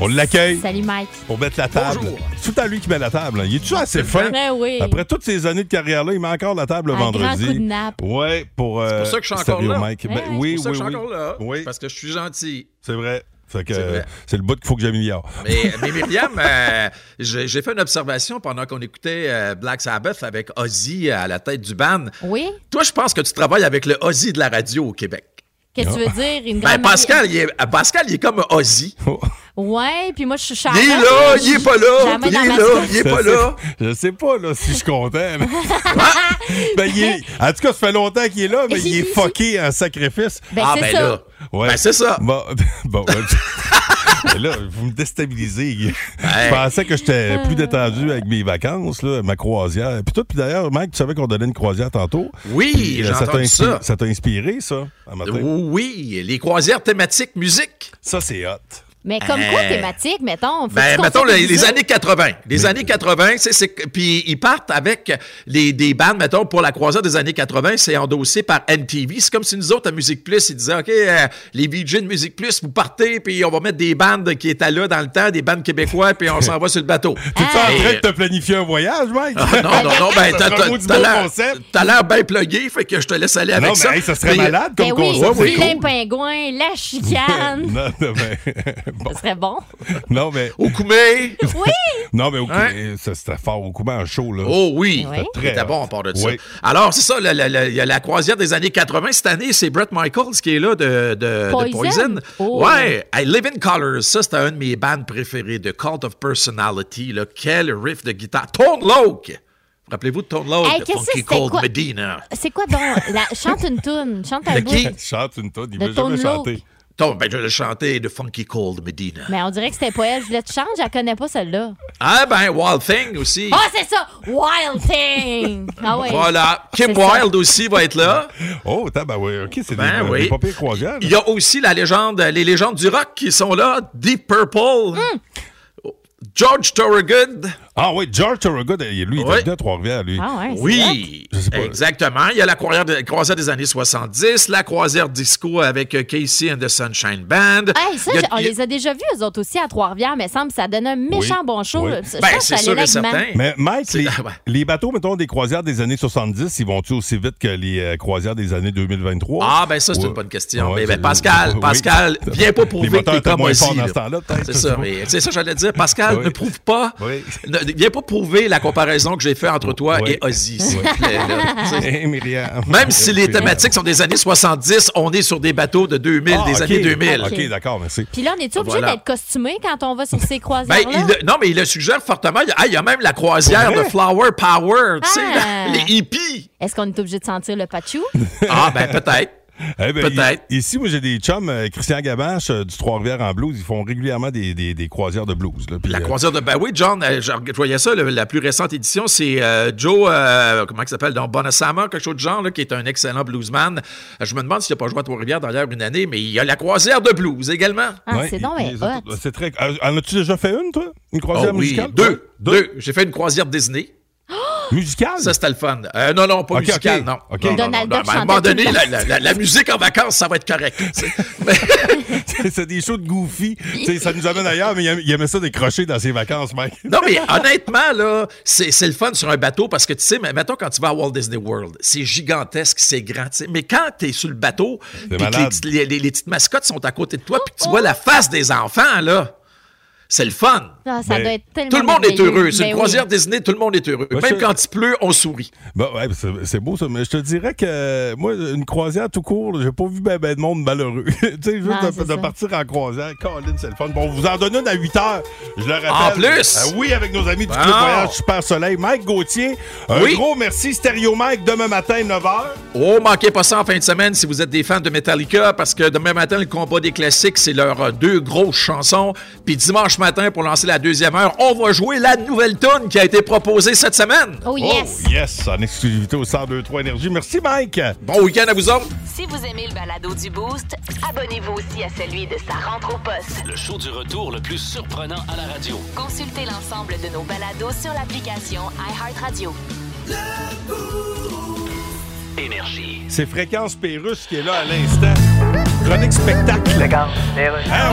Speaker 3: On l'accueille
Speaker 6: Salut, Mike.
Speaker 3: pour mettre la table. C'est tout à lui qui met la table. là. Il est toujours assez fin.
Speaker 6: Ben oui.
Speaker 3: Après toutes ces années de carrière-là, il met encore la table le
Speaker 6: Un
Speaker 3: vendredi.
Speaker 6: grand coup de nappe.
Speaker 3: Ouais, pour. euh,
Speaker 11: pour ça que je suis
Speaker 3: Stéréo
Speaker 11: encore là.
Speaker 3: Mike. Ben
Speaker 6: Ouais, ouais.
Speaker 3: oui,
Speaker 11: C'est pour ça que
Speaker 3: oui,
Speaker 11: je
Speaker 3: oui.
Speaker 11: suis encore là.
Speaker 3: Oui.
Speaker 11: Parce que je suis gentil.
Speaker 3: C'est vrai. Fait que
Speaker 11: C'est vrai.
Speaker 3: euh, c'est le bout qu'il faut que j'améliore.
Speaker 11: Mais, mais Myriam, euh, j'ai j'ai fait une observation pendant qu'on écoutait euh, Black Sabbath avec Ozzy à la tête du ban.
Speaker 6: Oui?
Speaker 11: Toi, je pense que tu travailles avec le Ozzy de la radio au Québec.
Speaker 6: Qu'est-ce que tu veux dire? Une
Speaker 11: Ben,
Speaker 6: grande
Speaker 11: Pascal, il est, Pascal, il est comme Ozzy.
Speaker 6: Ouais, puis moi, je suis
Speaker 11: Il
Speaker 6: charmante.
Speaker 11: est là, il est pas
Speaker 6: J'ai
Speaker 11: là,
Speaker 6: la main
Speaker 11: il
Speaker 6: dans
Speaker 11: est
Speaker 6: ma
Speaker 11: là,
Speaker 6: sacoche.
Speaker 11: il est pas
Speaker 3: Je sais-
Speaker 11: là.
Speaker 3: Je sais pas là, si je suis content. mais- ben, il est- En tout cas, ça fait longtemps qu'il est là, mais il est fucké en sacrifice.
Speaker 6: Ben,
Speaker 11: ah,
Speaker 6: c'est
Speaker 11: ben
Speaker 6: ça.
Speaker 11: là.
Speaker 3: Ouais.
Speaker 11: Ben, c'est ça.
Speaker 3: Bon, bon, ben, mais là, vous me déstabilisez. Je
Speaker 11: Hey.
Speaker 3: pensais que j'étais
Speaker 11: Ah.
Speaker 3: plus détendu avec mes vacances, là, ma croisière. Puis toi, puis d'ailleurs, Mike, tu savais qu'on donnait une croisière tantôt.
Speaker 11: Oui,
Speaker 3: Puis,
Speaker 11: j'ai
Speaker 3: euh, ça t'a
Speaker 11: entendu
Speaker 3: inspi-
Speaker 11: ça.
Speaker 3: ça t'a inspiré, ça,
Speaker 11: ben,
Speaker 3: un matin?
Speaker 11: Oh, Oui, les croisières thématiques musique.
Speaker 3: Ça, c'est hot.
Speaker 6: Mais comme quoi,
Speaker 11: Euh,
Speaker 6: thématique, mettons? faut
Speaker 11: Ben,
Speaker 6: qu'on
Speaker 11: mettons,
Speaker 6: fasse
Speaker 11: les, les
Speaker 6: des bisous?
Speaker 11: années 80. Les années 80, c'est, c'est, puis ils partent avec les, des bandes, mettons, pour la croisière des années 80, c'est endossé par MTV. C'est comme si nous autres, à Musique Plus, ils disaient, OK, euh, les VJ de Musique Plus, vous partez, puis on va mettre des bandes qui étaient là dans le temps, des bandes québécois, puis on s'en va sur le bateau.
Speaker 3: T'es-tu
Speaker 6: Ah.
Speaker 3: en train
Speaker 11: Et-
Speaker 3: de te planifier un voyage, Mike?
Speaker 11: Ah, non, non, non, ben,
Speaker 3: Ça
Speaker 11: t'as,
Speaker 3: serait un
Speaker 11: t'as-
Speaker 3: maudit
Speaker 11: t'as
Speaker 3: bon
Speaker 11: l'air,
Speaker 3: concept.
Speaker 11: t'as l'air bien plugué, fait que je te laisse aller
Speaker 3: Non,
Speaker 11: avec
Speaker 3: mais
Speaker 11: ça.
Speaker 3: hey, ça serait
Speaker 11: Mais-
Speaker 3: malade comme
Speaker 6: Ben oui,
Speaker 3: concept. c'est
Speaker 6: vilain
Speaker 3: cool.
Speaker 6: pingouin, la chicane.
Speaker 3: Non, non, mais, bon,
Speaker 6: Ce serait bon.
Speaker 3: non, mais,
Speaker 11: Au Koumé.
Speaker 6: Oui!
Speaker 3: non, mais au
Speaker 11: Hein?
Speaker 3: Koumé, ça, c'était fort au Koumé en show, là.
Speaker 11: Oh oui,
Speaker 6: Oui.
Speaker 3: Très
Speaker 11: c'était bon
Speaker 3: hot.
Speaker 11: à part de
Speaker 3: Oui.
Speaker 11: ça. Alors, c'est ça, la, la- la- la- la croisière des années 80, cette année, c'est Brett Michaels qui est là de, de- de
Speaker 6: Poison?
Speaker 11: Poison.
Speaker 6: Oh.
Speaker 11: Ouais, I Live in Colors, ça, c'était un de mes bands préférés, de Cult of Personality. Là. Quel riff de guitare. Tone Loc! Rappelez-vous de Tone Loc,
Speaker 6: Hey,
Speaker 11: de
Speaker 6: qu'est-ce que
Speaker 11: Funky
Speaker 6: c'était
Speaker 11: Cold
Speaker 6: quoi?
Speaker 11: Medina.
Speaker 6: C'est quoi donc? La- Chante une toune. Chante un
Speaker 11: De
Speaker 6: bout.
Speaker 11: qui?
Speaker 3: Chante une tonne, il
Speaker 6: De
Speaker 3: veut jamais
Speaker 6: Tone
Speaker 3: chanter.
Speaker 6: Loc.
Speaker 11: Tom, ben, je le chantais de Funky Cold Medina.
Speaker 6: Mais on dirait que c'était pas elle. Je voulais te chanter, je la connais pas celle-là.
Speaker 11: Ah ben, Wild Thing aussi.
Speaker 6: Ah, c'est ça! Wild Thing! Ah ouais.
Speaker 11: Voilà. Kim
Speaker 6: C'est ça.
Speaker 11: Wilde aussi va être là.
Speaker 3: Oh, t'as, ben oui, OK, c'est
Speaker 11: Ben
Speaker 3: des,
Speaker 11: oui.
Speaker 3: des pas pires croisières. là.
Speaker 11: Il y a aussi la légende, les légendes du rock qui sont là. Deep Purple.
Speaker 6: Hmm.
Speaker 11: George Thorogood.
Speaker 3: Ah oui, George Thorogood, lui, il
Speaker 11: Ouais.
Speaker 3: est venu à Trois-Rivières, lui.
Speaker 6: Ah ouais, c'est hot.
Speaker 11: Oui,
Speaker 3: Je sais pas.
Speaker 11: exactement. Il y a la croisière, de- croisière des années 70, la croisière disco avec euh, Casey and the Sunshine Band.
Speaker 6: Hey, ça,
Speaker 11: Il y a-
Speaker 6: j- on
Speaker 11: il y a-
Speaker 6: les a déjà vus, eux autres aussi, à Trois-Rivières, mais semble que ça donne un méchant
Speaker 3: Oui.
Speaker 6: bon show.
Speaker 3: Oui.
Speaker 6: là. Je pense
Speaker 11: Ben,
Speaker 6: que
Speaker 11: c'est
Speaker 6: ça
Speaker 11: sûr
Speaker 6: allait
Speaker 11: et
Speaker 6: l'alignement.
Speaker 11: certain.
Speaker 3: Mais Mike,
Speaker 11: C'est-
Speaker 3: les,
Speaker 11: ah ouais.
Speaker 3: les bateaux, mettons, des croisières des années 70, ils vont-tu aussi vite que les euh, croisières des années 2023?
Speaker 11: Ah, ben ça, c'est
Speaker 3: Ouais.
Speaker 11: une bonne question.
Speaker 3: Ouais,
Speaker 11: mais ben,
Speaker 3: c'est-
Speaker 11: Pascal,
Speaker 3: oui.
Speaker 11: Pascal, viens pas
Speaker 3: Les
Speaker 11: prouver que
Speaker 3: moteurs
Speaker 11: t'es
Speaker 3: étaient
Speaker 11: comme
Speaker 3: moins
Speaker 11: Ozzy,
Speaker 3: forts dans
Speaker 11: là.
Speaker 3: ce temps-là, peut-être,
Speaker 11: C'est
Speaker 3: je sais
Speaker 11: ça,
Speaker 3: pas.
Speaker 11: mais c'est ça, j'allais dire. Pascal,
Speaker 3: Oui.
Speaker 11: ne prouve pas.
Speaker 3: Oui.
Speaker 11: Ne, ne- viens pas prouver la comparaison que j'ai faite entre toi
Speaker 3: Oui.
Speaker 11: et Ozzy, s'il te plaît. là. C'est-
Speaker 3: Hey, Myriam.
Speaker 11: Même si les
Speaker 3: Hey,
Speaker 11: thématiques sont des années 70, on est sur des bateaux de 2000,
Speaker 3: Ah,
Speaker 11: des
Speaker 3: ok.
Speaker 11: années 2000.
Speaker 3: OK, d'accord, merci.
Speaker 6: Puis là, on est-tu obligé
Speaker 11: Voilà.
Speaker 6: d'être costumé quand on va sur ces
Speaker 11: Ben,
Speaker 6: croisières-là?
Speaker 11: il le- non, mais il le suggère fortement. Il y a, ah, il y a même la croisière de Flower Power, tu sais,
Speaker 6: Ah.
Speaker 11: la- les hippies.
Speaker 6: Est-ce qu'on est obligé de sentir le patchou?
Speaker 11: Ah, ben peut-être.
Speaker 3: Eh ben,
Speaker 11: Peut-être.
Speaker 3: i- Ici, moi, j'ai des chums, euh, Christian Gabache euh, du Trois-Rivières en blues, ils font régulièrement des, des, des croisières de blues. là, puis,
Speaker 11: La
Speaker 3: euh,
Speaker 11: croisière de... Ben oui, John, euh, je je voyais ça, le- la plus récente édition, c'est euh, Joe, euh, comment il s'appelle, donc Bonassama, quelque chose de genre, là, qui est un excellent bluesman. Euh, Je me demande s'il n'a pas joué à Trois-Rivières d'ailleurs une année, mais il y a la croisière de blues également.
Speaker 6: Ah,
Speaker 3: ouais,
Speaker 6: c'est
Speaker 3: ils-
Speaker 6: donc ben
Speaker 3: ils-
Speaker 6: hot.
Speaker 3: C'est très... Euh, En as-tu déjà fait une, toi? Une croisière
Speaker 11: Oh oui,
Speaker 3: musicale?
Speaker 11: deux, deux. J'ai fait une croisière Disney.
Speaker 3: Musicale?
Speaker 11: Ça, c'était le fun. Euh, non, non, pas
Speaker 3: Ok,
Speaker 11: musical,
Speaker 3: ok.
Speaker 11: non.
Speaker 3: Ok.
Speaker 11: Non, non,
Speaker 6: Donald
Speaker 11: non,
Speaker 6: Duck
Speaker 11: non. À un
Speaker 6: chantait
Speaker 11: moment
Speaker 6: tout le
Speaker 11: donné,
Speaker 6: temps.
Speaker 11: la, la- la- la musique en vacances, ça va être correct. tu sais. Mais-
Speaker 3: c'est des shows de goofy. Tu sais, ça nous amène ailleurs, mais il aime- il aimait ça décrocher dans ses vacances, Mike.
Speaker 11: non, mais honnêtement, là, c'est c'est le fun sur un bateau parce que, tu sais, mais mettons quand tu vas à Walt Disney World, c'est gigantesque, c'est grand, tu sais. Mais quand tu es sur le bateau, puis que les,
Speaker 3: malade.
Speaker 11: petites- les- les- les petites mascottes sont à côté de toi, puis que
Speaker 6: Oh,
Speaker 11: tu vois la face des enfants, là, c'est le fun.
Speaker 6: Ah, ça
Speaker 3: Ben,
Speaker 6: doit être tellement
Speaker 11: Tout le monde est
Speaker 6: merveilleux.
Speaker 11: heureux. C'est
Speaker 6: Ben
Speaker 11: une
Speaker 6: oui.
Speaker 11: croisière Disney, tout le monde est heureux.
Speaker 3: Moi,
Speaker 11: Même
Speaker 3: je-
Speaker 11: quand il pleut, on sourit.
Speaker 3: Bah ouais, c'est c'est beau ça, mais je te dirais que euh, moi, une croisière tout court, j'ai pas vu ben, ben de monde malheureux. tu sais, juste
Speaker 6: Ouais,
Speaker 3: de,
Speaker 6: c'est
Speaker 3: de
Speaker 6: ça.
Speaker 3: partir en croisière, Colin, c'est le fun. Bon, on vous en donne une à 8 heures, je le rappelle.
Speaker 11: En plus!
Speaker 3: Euh, oui, avec nos amis du
Speaker 11: Bon.
Speaker 3: Club Voyage Super Soleil. Mike Gauthier, un
Speaker 11: Oui.
Speaker 3: gros merci, Stéréo Mike, demain matin, 9 h.
Speaker 11: Oh, manquez pas ça en fin de semaine si vous êtes des fans de Metallica, parce que demain matin, le combat des classiques, c'est leurs euh, deux grosses chansons. Puis dimanche matin, pour lancer la deuxième heure, on va jouer la nouvelle tune qui a été proposée cette semaine.
Speaker 6: Oh yes!
Speaker 3: Oh, yes, en exclusivité au 1023 Énergie. Merci, Mike.
Speaker 11: Bon week-end à vous autres!
Speaker 1: Si vous aimez le balado du Boost, abonnez-vous aussi à celui de sa rentre au poste.
Speaker 2: Le show du retour le plus surprenant à la radio.
Speaker 1: Consultez l'ensemble de nos balados sur l'application iHeartRadio.
Speaker 2: Énergie.
Speaker 3: C'est Fréquence Pérusse qui est là à l'instant. Chronique spectacle. Hein,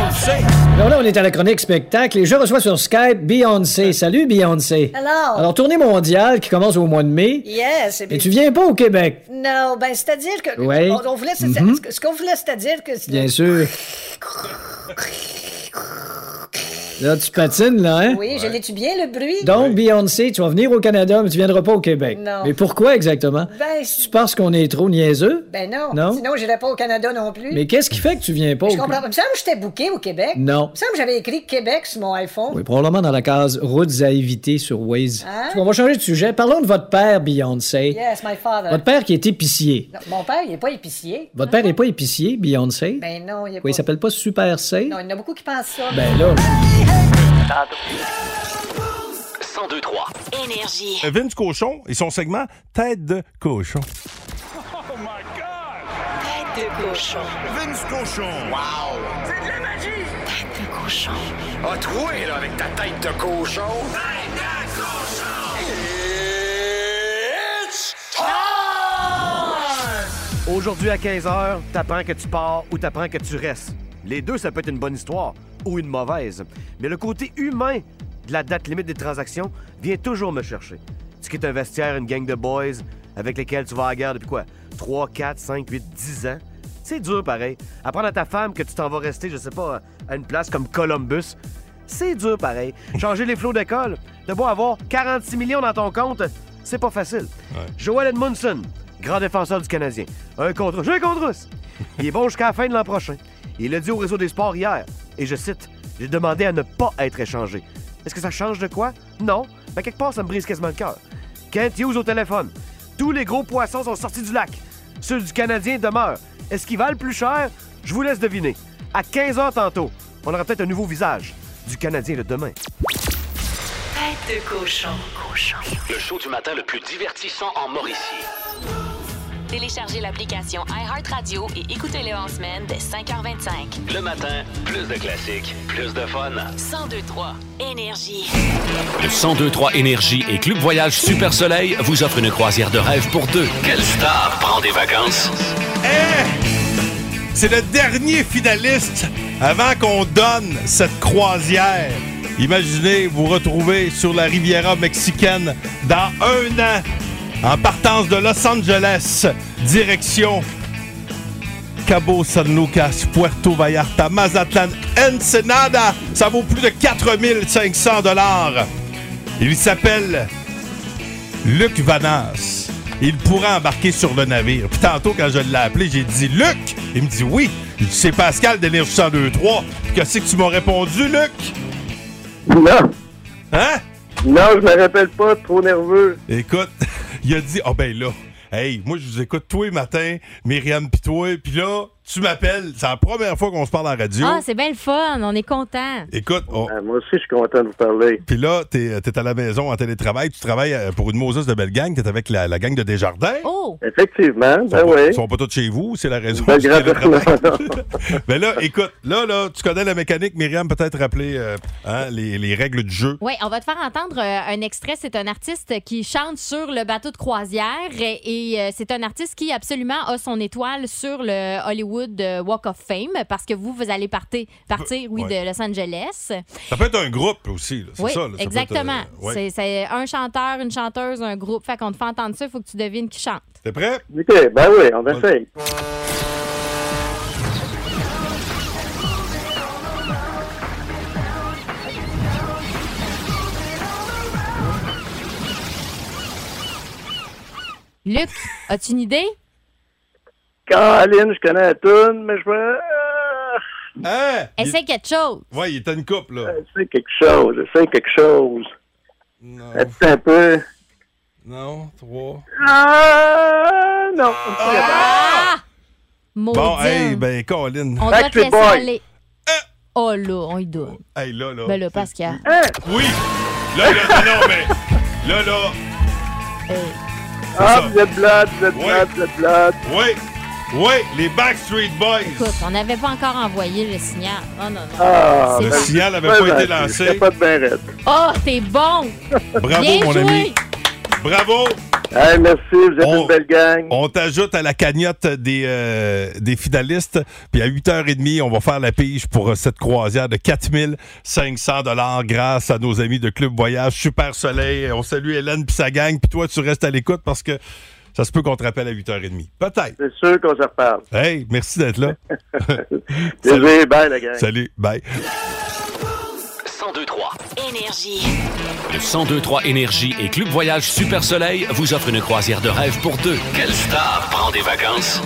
Speaker 3: on le sait.
Speaker 5: Alors là, on est à la chronique spectacle et je reçois sur Skype Beyoncé. Salut Beyoncé.
Speaker 12: Hello.
Speaker 5: Alors, tournée mondiale qui commence au mois de mai.
Speaker 12: Yes. Et,
Speaker 5: Et
Speaker 12: puis-
Speaker 5: tu viens pas au Québec,
Speaker 12: Non, ben, c'est-à-dire que.
Speaker 5: Ouais.
Speaker 12: On, on voulait, c'est- c'est-
Speaker 5: Mhm.
Speaker 12: ce que- Ce qu'on voulait, c'est-à-dire que. c'est-
Speaker 5: bien sûr. Là, tu patines, là, hein?
Speaker 12: Oui, je l'ai-tu bien, le bruit?
Speaker 5: Donc, Beyoncé, tu vas venir au Canada, mais tu viendras pas au Québec.
Speaker 12: Non.
Speaker 5: Mais pourquoi exactement?
Speaker 12: Ben,
Speaker 5: Tu penses qu'on est trop niaiseux?
Speaker 12: ben non.
Speaker 5: Non?
Speaker 12: Sinon, j'irais pas au Canada non plus.
Speaker 5: Mais qu'est-ce qui fait que tu viens pas
Speaker 12: Je
Speaker 5: au
Speaker 12: comprends pas. Il me semble que j'étais booké au Québec.
Speaker 5: Non.
Speaker 12: Il me semble que j'avais écrit Québec sur mon iPhone.
Speaker 5: Oui, probablement dans la case routes à éviter sur Waze.
Speaker 12: Hein?
Speaker 5: En tout cas, On va changer de sujet. Parlons de votre père, Beyoncé.
Speaker 12: Yes, my father.
Speaker 5: Votre père qui est épicier.
Speaker 12: Non, mon père, il est pas épicier.
Speaker 5: Votre père n'est pas épicier, Beyoncé.
Speaker 12: Ben non, il est
Speaker 5: Quoi, il
Speaker 12: pas.
Speaker 5: s'appelle pas Super C.
Speaker 12: Non, il y en a beaucoup qui pensent ça.
Speaker 5: Ben là,
Speaker 2: 1023.
Speaker 1: Énergie.
Speaker 3: Vince Cochon et son segment Tête de cochon.
Speaker 1: Tête de cochon.
Speaker 13: Vince Cochon. Wow! C'est de la magie!
Speaker 1: Tête de cochon.
Speaker 13: A troué, là, avec ta tête de cochon. Tête de cochon! It's
Speaker 10: Aujourd'hui à 15h, t'apprends que tu pars ou t'apprends que tu restes. Les deux, ça peut être une bonne histoire ou une mauvaise. Mais le côté humain de la date limite des transactions vient toujours me chercher. Ce qui est un vestiaire, une gang de boys avec lesquels tu vas à la guerre depuis quoi? 3, 4, 5, 8, 10 ans. C'est dur pareil. Apprendre à ta femme que tu t'en vas rester, je sais pas, à une place comme Columbus. C'est dur pareil. Changer les flots d'école, de beau avoir 46 millions dans ton compte, c'est pas facile. Joel Edmondson, grand défenseur du Canadien. Un contre un contre russe. Il est bon jusqu'à la fin de l'an prochain. Il l'a dit au réseau des sports hier, et je cite J'ai demandé à ne pas être échangé. Est-ce que ça change de quoi Non. Mais quelque part, ça me brise quasiment le cœur. Kent Hughes au téléphone. Tous les gros poissons sont sortis du lac. Ceux du Canadien demeurent. Est-ce qu'ils valent plus cher Je vous laisse deviner. À 15h tantôt, on aura peut-être un nouveau visage du Canadien de demain.
Speaker 1: Tête de cochon.
Speaker 2: Le show du matin le plus divertissant en Mauricie.
Speaker 1: Téléchargez l'application iHeartRadio et écoutez-le en semaine dès 5h25.
Speaker 2: Le matin, plus de classiques, plus de fun.
Speaker 1: 1023 Énergie.
Speaker 2: Le 1023 Énergie et Club Voyage Super Soleil vous offrent une croisière de rêve pour deux. Quelle star prend des vacances?
Speaker 3: Eh! C'est le dernier finaliste avant qu'on donne cette croisière. Imaginez vous retrouver sur la Riviera mexicaine dans un an, en partance de Los Angeles, direction Cabo San Lucas, Puerto Vallarta, Mazatlan, Ensenada. Ça vaut plus de 4500 dollars. Il s'appelle Luc Vanasse. Il pourra embarquer sur le navire. Puis tantôt, quand je l'ai appelé, j'ai dit Luc. Il me dit oui. J'ai dit, C'est Pascal de l'Énergie 1023. Puis qu'est-ce que tu m'as répondu, Luc?
Speaker 14: Non.
Speaker 3: Hein?
Speaker 14: Non, je me rappelle pas, trop nerveux.
Speaker 3: Écoute, il a dit Ah ben là, hey, moi je vous écoute tous les matins, Myriam pis toi, pis là, tu m'appelles. C'est la première fois qu'on se parle en radio.
Speaker 6: Ah, c'est bien le fun. On est content.
Speaker 3: Écoute, on-
Speaker 14: Euh, Moi aussi, je suis content de vous parler.
Speaker 3: Puis là, t'es es à la maison en télétravail, tu travailles euh, pour une Moses de belle gang, t'es avec la, la gang de Desjardins.
Speaker 6: Oh!
Speaker 14: Effectivement,
Speaker 3: Ils sont,
Speaker 14: ben
Speaker 3: pas,
Speaker 14: oui.
Speaker 3: ils sont pas tous chez vous, c'est la raison.
Speaker 14: Ben,
Speaker 3: du
Speaker 14: grand-
Speaker 3: télétravail. Mais Ben là, écoute, là, là, tu connais la mécanique, Myriam, peut-être rappeler euh, hein, les, les règles du jeu.
Speaker 6: Oui, on va te faire entendre euh, un extrait. C'est un artiste qui chante sur le bateau de croisière et, et, euh, c'est un artiste qui absolument a son étoile sur le Hollywood euh, Walk of Fame parce que vous, vous allez partir, partir oui,
Speaker 3: Ouais.
Speaker 6: de Los Angeles.
Speaker 3: Ça peut être un groupe aussi, là, c'est
Speaker 6: oui,
Speaker 3: ça. là, ça peut être, euh,
Speaker 6: exactement.
Speaker 3: ouais.
Speaker 6: C'est- C'est un chanteur, une chanteuse, un groupe. Fait qu'on te fait entendre ça, il faut que tu devines qui chante.
Speaker 3: T'es prêt?
Speaker 14: OK, ben oui, on essaye.
Speaker 6: Luc, as-tu une idée?
Speaker 14: Caroline, je connais la toune, mais je veux...
Speaker 3: Hein?
Speaker 6: Essaye quelque chose.
Speaker 3: Ouais, il était une coupe, là.
Speaker 14: sais quelque chose, je sais quelque chose. Attends un peu.
Speaker 3: Non, trois.
Speaker 14: Ah, non.
Speaker 3: Ah! Bon,
Speaker 6: Ah! Maudine.
Speaker 3: hey, ben, Colin.
Speaker 6: on doit te laisser aller. Oh là, on y donne.
Speaker 3: Hey, là, là.
Speaker 6: Ben là, Pascal.
Speaker 3: Oui! Là, là, non, non, mais. Là, là.
Speaker 14: Ah, vous êtes blood, vous êtes blood, vous êtes blood.
Speaker 3: Oui! Oui! Les Backstreet Boys!
Speaker 6: Écoute, on n'avait pas encore envoyé le signal. Oh non, non.
Speaker 14: Ah,
Speaker 3: Le
Speaker 14: ben,
Speaker 3: signal
Speaker 14: c'est
Speaker 3: avait
Speaker 14: pas
Speaker 3: pas été
Speaker 14: gentil,
Speaker 3: lancé.
Speaker 14: c'est pas de barrette.
Speaker 6: Oh, t'es bon!
Speaker 3: Bravo,
Speaker 6: Bien
Speaker 3: mon
Speaker 6: joué!
Speaker 3: ami. Bravo!
Speaker 14: Hey, merci, vous êtes une belle gang.
Speaker 3: On t'ajoute à la cagnotte des, euh, des finalistes. Puis à 8h30, on va faire la pige pour euh, cette croisière de 4500 grâce à nos amis de Club Voyage, Super Soleil. On salue Hélène puis sa gang. Puis toi, tu restes à l'écoute parce que ça se peut qu'on te rappelle à 8h30. Peut-être.
Speaker 14: C'est sûr qu'on se reparle.
Speaker 3: Hey, merci d'être là.
Speaker 14: Désolé, bye la gang.
Speaker 3: Salut, bye.
Speaker 1: 1023. Énergie.
Speaker 2: Le 1023 Énergie et Club Voyage Super Soleil vous offrent une croisière de rêve pour deux. Quelle star prend des vacances?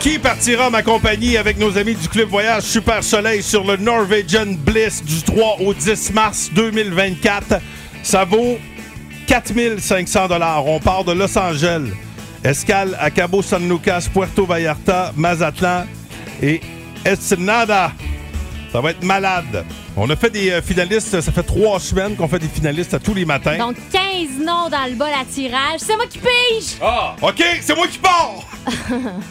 Speaker 3: Qui partira ma compagnie avec nos amis du Club Voyage Super Soleil sur le Norwegian Bliss du 3 au 10 mars 2024? Ça vaut 4500 dollars. On part de Los Angeles. Escale à Cabo San Lucas, Puerto Vallarta, Mazatlan et Ensenada. Ça va être malade. On a fait des euh, finalistes, ça fait trois semaines qu'on fait des finalistes à tous les matins.
Speaker 6: Donc, 15 noms dans le bol à tirage. C'est moi qui pige!
Speaker 3: Ah! OK, c'est moi qui pars!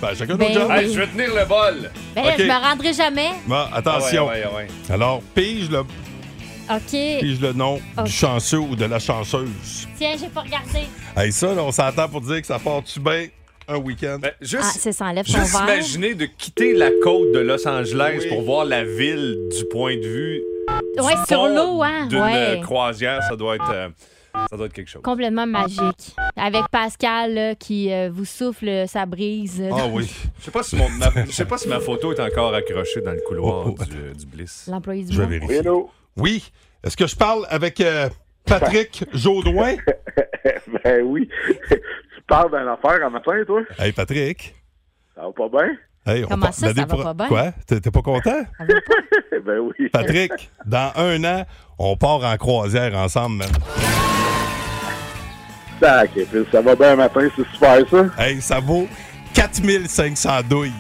Speaker 3: ben, chacun notre
Speaker 6: Ben
Speaker 3: job.
Speaker 6: oui. Hey,
Speaker 13: Je vais tenir le bol.
Speaker 6: Ben,
Speaker 3: OK.
Speaker 6: je me rendrai jamais.
Speaker 3: Bon, attention.
Speaker 13: Ah ouais, ouais, ouais.
Speaker 3: Alors, pige le,
Speaker 6: OK.
Speaker 3: pige le nom
Speaker 6: Ok.
Speaker 3: du chanceux ou de la chanceuse.
Speaker 6: Tiens, j'ai pas regardé.
Speaker 3: Hey, ça, là, on s'entend pour dire que ça part-tu bien un week-end?
Speaker 11: Ben,
Speaker 6: Ah, ça s'enlève son
Speaker 13: Ben, Juste
Speaker 6: verre.
Speaker 13: imaginer de quitter la côte de Los Angeles pour voir la ville du point de vue du
Speaker 6: Ouais, sur
Speaker 13: fond
Speaker 6: l'eau, hein?
Speaker 13: d'une
Speaker 6: Ouais.
Speaker 13: euh, croisière, ça doit être euh, ça doit être quelque chose.
Speaker 6: Complètement magique. Avec Pascal là, qui euh, vous souffle euh, sa brise. euh,
Speaker 3: Ah
Speaker 6: dans
Speaker 3: oui.
Speaker 13: Je sais pas si mon- ma, je sais pas si ma photo est encore accrochée dans le couloir
Speaker 3: Oh.
Speaker 13: du, euh, du Bliss.
Speaker 6: L'employé du
Speaker 3: Je vais
Speaker 6: monde.
Speaker 3: vérifier. Oui. Est-ce que je parle avec euh, Patrick Jaudoin?
Speaker 14: ben oui. tu parles d'une affaire en matin, toi?
Speaker 3: hey, Patrick.
Speaker 14: Ça va pas bien?
Speaker 3: Hey, on
Speaker 6: Comment
Speaker 3: par-
Speaker 6: ça, ça
Speaker 3: l'année
Speaker 6: va
Speaker 3: pro-
Speaker 6: pas bien?
Speaker 3: Quoi? T'es t'es pas content?
Speaker 14: ben oui.
Speaker 3: Patrick, dans un an, on part en croisière ensemble, man.
Speaker 14: Tac, et puis ça va bien un matin, c'est super ça.
Speaker 3: Hey, ça vaut 4500 douilles.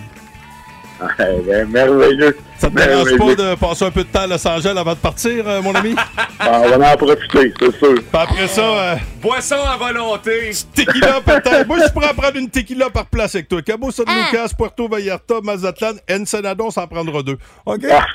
Speaker 14: Hey, ben, merveilleux.
Speaker 3: Ça te dérange pas de passer un peu de temps à Los Angeles avant de partir, euh, mon ami?
Speaker 14: Ben, on va en profiter, c'est sûr.
Speaker 3: Puis après ça, euh,
Speaker 13: Ah. Boisson à volonté.
Speaker 3: tequila peut-être. Moi, je pourrais en prendre une tequila par place avec toi. Cabo San Lucas, Puerto Vallarta, Mazatlan, Ensenada, on s'en prendra deux. OK?
Speaker 13: Ah.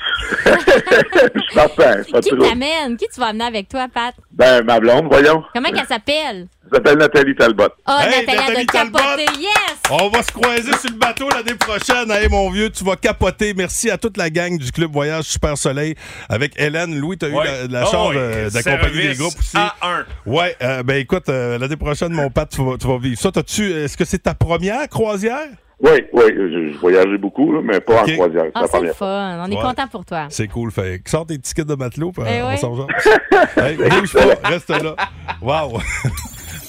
Speaker 14: Je parfait, pas
Speaker 6: Qui
Speaker 14: trop.
Speaker 6: t'amène? Qui tu vas amener avec toi, Pat?
Speaker 14: Ben, ma blonde, voyons.
Speaker 3: Euh.
Speaker 6: Comment qu'elle s'appelle?
Speaker 14: Elle s'appelle Nathalie Talbot.
Speaker 6: Oh,
Speaker 3: Hey,
Speaker 6: Nathalie,
Speaker 3: Nathalie
Speaker 6: elle doit
Speaker 3: Talbot!
Speaker 6: capoter. Yes!
Speaker 3: On va se croiser sur le bateau l'année prochaine. Hey, mon vieux, tu vas capoter. Merci à toute la gang du Club Voyage Super Soleil. Avec Hélène, Louis, tu as
Speaker 13: Ouais.
Speaker 3: eu la, la
Speaker 13: Ah
Speaker 3: chance
Speaker 13: ouais,
Speaker 3: euh, d'accompagner les
Speaker 13: service Ah.
Speaker 3: groupes aussi.
Speaker 13: À un.
Speaker 3: Ouais, euh, ben écoute, euh, l'année prochaine, mon Pat, tu vas, tu vas vivre ça. T'as-tu, est-ce que c'est ta première croisière?
Speaker 14: Oui, oui, je, je voyageais beaucoup, là, mais pas
Speaker 3: Ok.
Speaker 14: en croisière. c'est
Speaker 6: Ah,
Speaker 14: la
Speaker 6: c'est le
Speaker 14: première.
Speaker 6: fun. On est
Speaker 3: Ouais.
Speaker 6: content pour toi.
Speaker 3: C'est cool. Fait que sors tes tickets de matelot, puis
Speaker 6: Eh
Speaker 3: euh, on
Speaker 6: ouais.
Speaker 3: s'en jase. hey, bouge pas, reste là. Wow!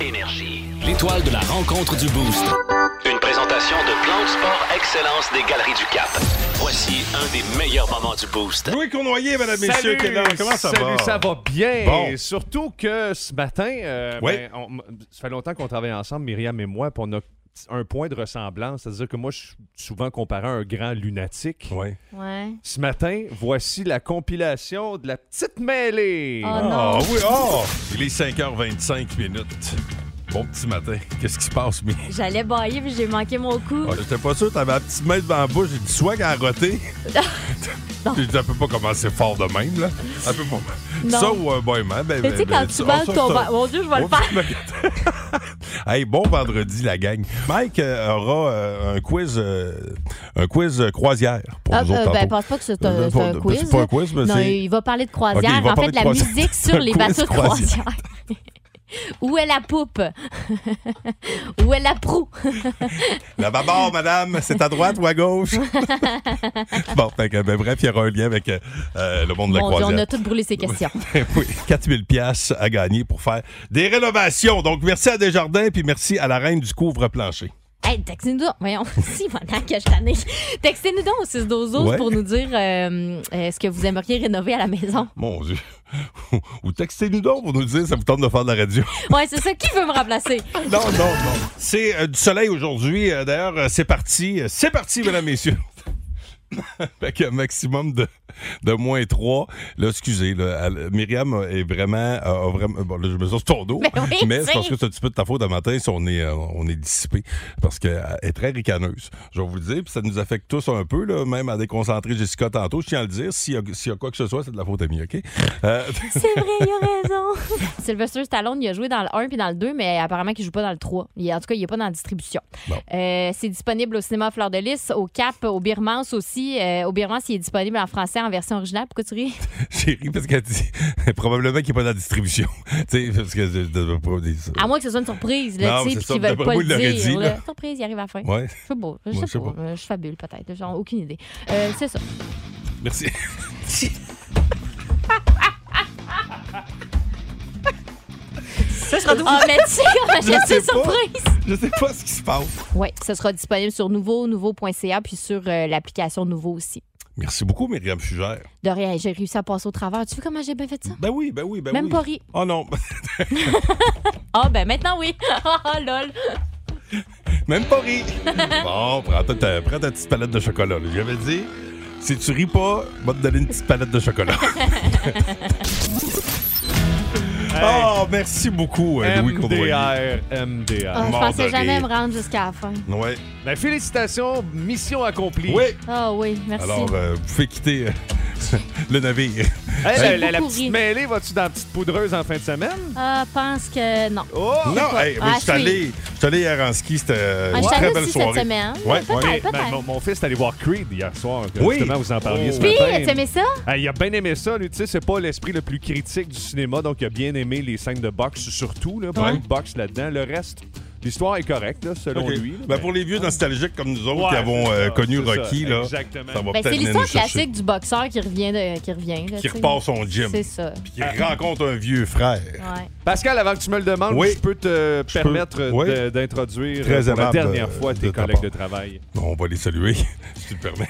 Speaker 2: Énergie. L'étoile de la rencontre du Boost. Une présentation de Plan de Sport Excellence des Galeries du Cap. Voici un des meilleurs moments du Boost.
Speaker 3: Louis Cournoyer, mesdames, messieurs, qui est là. Comment ça
Speaker 13: salut,
Speaker 3: va?
Speaker 13: ça va bien.
Speaker 3: Bon.
Speaker 13: Surtout que ce matin, euh,
Speaker 3: Oui.
Speaker 13: ben, on- ça fait longtemps qu'on travaille ensemble, Myriam et moi, puis on a un point de ressemblance. C'est-à-dire que moi, je suis souvent comparé à un grand lunatique.
Speaker 3: Ouais.
Speaker 6: Ouais.
Speaker 13: Ce matin, voici la compilation de la petite mêlée.
Speaker 6: Oh
Speaker 3: Ah
Speaker 6: non.
Speaker 3: oui, oh! Il est 5h25 minutes. Bon petit matin. Qu'est-ce qui se passe, mais?
Speaker 6: J'allais bailler, puis j'ai manqué mon coup.
Speaker 3: Ah, J'étais pas sûr, t'avais la petite main devant la bouche, j'ai dit soit qu'elle a roté. J'ai dit, elle peut pas commencer fort de même, là. Elle peut pas.
Speaker 6: Non.
Speaker 3: Ça ou un boy, man. Ben,
Speaker 6: Mais tu sais,
Speaker 3: ben,
Speaker 6: quand tu balles
Speaker 3: ça,
Speaker 6: ton
Speaker 3: ça-
Speaker 6: ba- Mon Dieu, je vais le
Speaker 3: Oh,
Speaker 6: faire.
Speaker 3: hey, bon vendredi, la gang. Mike euh, aura euh, un quiz, euh, un quiz euh, croisière pour
Speaker 6: Ah,
Speaker 3: nous autres.
Speaker 6: euh, ben,
Speaker 3: tantôt.
Speaker 6: pense pas que c'est
Speaker 3: Euh,
Speaker 6: un, c'est un
Speaker 3: pas-
Speaker 6: quiz.
Speaker 3: c'est pas un
Speaker 6: là.
Speaker 3: quiz, mais
Speaker 6: Non,
Speaker 3: c'est-
Speaker 6: il va parler de
Speaker 3: Ok,
Speaker 6: croisière.
Speaker 3: il va
Speaker 6: en
Speaker 3: parler
Speaker 6: fait,
Speaker 3: de
Speaker 6: la
Speaker 3: croisière.
Speaker 6: musique
Speaker 3: C'est
Speaker 6: sur
Speaker 3: un
Speaker 6: les
Speaker 3: quiz
Speaker 6: bateaux de
Speaker 3: croisière.
Speaker 6: croisière. Où est la poupe? Où est la proue?
Speaker 3: La babarre, madame, c'est à droite ou à gauche? bon, fait que, ben, bref, il y aura un lien avec euh, euh, le monde de la
Speaker 6: Mon Dieu,
Speaker 3: croisière.
Speaker 6: on a tout brûlé ces questions.
Speaker 3: oui, 4000 pièces à gagner pour faire des rénovations. Donc, merci à Desjardins, puis merci à la reine du couvre-plancher.
Speaker 6: Hey, textez-nous donc. Voyons, si, maintenant que je t'en ai. Textez-nous donc au 6
Speaker 3: Ouais.
Speaker 6: pour nous dire euh, euh, ce que vous aimeriez rénover à la maison.
Speaker 3: Mon Dieu. Ou textez-nous donc pour nous dire ça vous tente de faire de la radio.
Speaker 6: Ouais, c'est ça. Qui veut me remplacer?
Speaker 3: non, non, non. C'est euh, du soleil aujourd'hui. Euh, D'ailleurs, euh, c'est parti. Euh, C'est parti, mesdames, messieurs. Avec un maximum de, de moins 3. Là, excusez, là, elle- Myriam est vraiment. euh, a- a vraiment bon, là, je me sur ton dos.
Speaker 15: Mais oui,
Speaker 3: mais
Speaker 15: c'est-
Speaker 3: c'est parce que c'est un petit peu de ta faute à matin si on est, euh, on est dissipé. Parce qu'elle est très ricaneuse. Je vais vous le dire. Puis ça nous affecte tous un peu, là, même à déconcentrer Jessica tantôt. Je tiens à le dire. S'il y, a- s'il y a quoi que ce soit, c'est de la faute à Mi, OK? Euh,
Speaker 6: C'est vrai, il a raison. Sylvester Stallone, il a joué dans le 1 puis dans le 2, mais apparemment qu'il joue pas dans le 3. Il- en tout cas, il est pas dans la distribution. Euh, c'est disponible au cinéma Fleur de Lys, au Cap, au Birmance aussi. Euh, au Birmance, il est disponible en français en version originale. Pourquoi tu ris?
Speaker 3: J'ai ri parce qu'elle dit probablement qu'il n'est pas dans la distribution. tu sais, parce que je je devrais pas dire ça.
Speaker 6: À moins que ce soit une surprise, là,
Speaker 3: Non,
Speaker 6: tu sais,
Speaker 3: c'est
Speaker 6: puis
Speaker 3: ça,
Speaker 6: qu'ils veulent
Speaker 3: d'après
Speaker 6: pas
Speaker 3: moi,
Speaker 6: le
Speaker 3: il l'aurait
Speaker 6: dire.
Speaker 3: dit,
Speaker 6: là.
Speaker 3: là.
Speaker 6: Surprise, il arrive à la fin.
Speaker 3: Ouais.
Speaker 6: Je sais pas, je
Speaker 3: Ouais,
Speaker 6: sais pas, euh, je fabule peut-être, genre aucune idée. Euh, c'est ça.
Speaker 3: Merci.
Speaker 6: Ça
Speaker 15: sera tout.
Speaker 6: Ah, mais tu sais, on a
Speaker 15: Je
Speaker 6: juste
Speaker 15: sais
Speaker 6: des
Speaker 15: pas.
Speaker 6: surprises.
Speaker 3: Je sais pas ce qui se passe.
Speaker 6: Oui, ce sera disponible sur nouveau, nouveau.ca, puis sur euh, l'application Nouveau aussi.
Speaker 3: Merci beaucoup, Myriam Fugère.
Speaker 6: De rien, j'ai réussi à passer au travers. Tu vois comment j'ai bien fait ça?
Speaker 3: Ben oui, ben oui, ben
Speaker 6: Même
Speaker 3: oui.
Speaker 6: pas ri.
Speaker 3: Oh non,
Speaker 6: Ah, ben maintenant, oui. Ah, ah, lol.
Speaker 3: même pas ri. Bon, prends ta, ta- prends ta petite palette de chocolat. là. J'avais dit, si tu ris pas, va te donner une petite palette de chocolat. Oh, merci beaucoup, euh, Louis Cournoyer.
Speaker 13: MDR, MDR.
Speaker 6: Ah, je
Speaker 13: Mort de
Speaker 6: pensais jamais
Speaker 13: rire.
Speaker 6: me rendre jusqu'à la fin.
Speaker 3: Ouais.
Speaker 13: Ben, félicitations, mission accomplie.
Speaker 3: Oui.
Speaker 6: Ah oui, merci.
Speaker 3: Alors, euh, vous pouvez quitter euh, le navire.
Speaker 13: Hey, la, la- la
Speaker 6: beaucoup ri.
Speaker 13: petite mêlée, vas-tu dans la petite poudreuse en fin de semaine?
Speaker 6: Ah, pense que non.
Speaker 3: Non, hey, mais
Speaker 6: Ah,
Speaker 3: je suis allé, je suis allé hier en ski, c'était euh,
Speaker 6: Ah,
Speaker 3: une
Speaker 6: je suis
Speaker 3: très
Speaker 6: allée
Speaker 3: belle
Speaker 6: aussi cette
Speaker 3: soirée.
Speaker 6: semaine.
Speaker 3: Ouais,
Speaker 6: Peut-être,
Speaker 3: ouais.
Speaker 6: peut-être.
Speaker 13: Ben, mon, mon fils est allé voir Creed hier soir. que
Speaker 3: Oui.
Speaker 13: Justement, vous en parliez ce
Speaker 6: Puis,
Speaker 13: matin.
Speaker 6: t'aimais ça? Ben,
Speaker 13: Ah, il a bien aimé ça, lui. Tu sais, c'est pas l'esprit le plus critique du cinéma, donc il a bien aimé les scènes de boxe, surtout. Là, beaucoup de boxe là-dedans. Le reste, l'histoire est correcte, là, selon
Speaker 3: Ok.
Speaker 13: lui. là.
Speaker 3: Ben, pour les vieux nostalgiques comme nous autres
Speaker 13: Ouais,
Speaker 3: qui avons euh,
Speaker 13: c'est ça,
Speaker 3: connu
Speaker 13: c'est ça,
Speaker 3: Rocky, là,
Speaker 13: exactement.
Speaker 3: ça va
Speaker 6: Ben,
Speaker 3: peut-être
Speaker 6: c'est
Speaker 3: venir
Speaker 6: l'histoire
Speaker 3: nous chercher.
Speaker 6: classique du boxeur qui revient. De, qui revient là,
Speaker 3: Qui
Speaker 6: tu sais.
Speaker 3: repart son gym.
Speaker 6: C'est ça.
Speaker 3: Qui rencontre un vieux frère.
Speaker 6: Ouais.
Speaker 13: Pascal, avant que tu me le demandes,
Speaker 3: Oui.
Speaker 13: je peux te
Speaker 3: Je peux-
Speaker 13: permettre de-
Speaker 3: oui.
Speaker 13: d'introduire
Speaker 3: Très
Speaker 13: pour la
Speaker 3: aimable,
Speaker 13: dernière
Speaker 3: euh,
Speaker 13: fois
Speaker 3: de
Speaker 13: tes
Speaker 3: ta
Speaker 13: collègues
Speaker 3: part.
Speaker 13: de travail.
Speaker 3: Bon, on va les saluer, si tu le permets.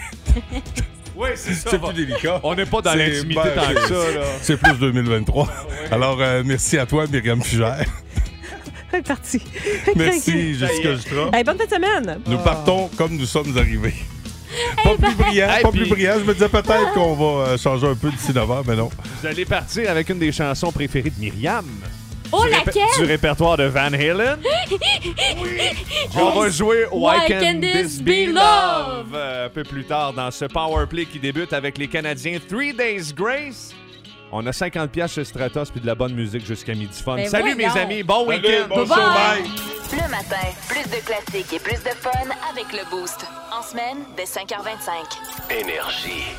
Speaker 13: Oui, c'est ça.
Speaker 3: C'est plus délicat.
Speaker 13: On n'est pas dans
Speaker 3: C'est-
Speaker 13: l'intimité
Speaker 3: ben,
Speaker 13: tant que ça. Là. Ah
Speaker 3: C'est plus 2023. Alors, euh, merci à toi, Myriam Fugère.
Speaker 8: C'est parti.
Speaker 3: Merci, Jessica Jutra.
Speaker 8: Hey, bonne fin de semaine.
Speaker 3: Nous partons comme nous sommes arrivés. Pas plus brillant,
Speaker 13: Ah. Hey, Ah.
Speaker 3: pas
Speaker 13: puis-
Speaker 3: plus brillant. Je me disais peut-être qu'on va euh, changer un peu d'ici 9 heures, mais non.
Speaker 13: Vous allez partir avec une des chansons préférées de Myriam.
Speaker 6: Oh,
Speaker 13: Du
Speaker 6: laquelle?
Speaker 13: réper- Du répertoire de Van Halen.
Speaker 6: Oh,
Speaker 13: On va jouer Why, Can, This Be Love euh, un peu plus tard dans ce Power Play qui débute avec les Canadiens Three Days Grace. On a 50 pièces chez Stratos puis de la bonne musique jusqu'à midi fun.
Speaker 1: Ben
Speaker 13: Salut mes
Speaker 1: voyons.
Speaker 13: amis, bon
Speaker 1: Salut,
Speaker 13: week-end.
Speaker 1: bon show, Le matin, plus de classiques et plus de fun avec le Boost. En semaine, dès 5h25.
Speaker 2: Énergie.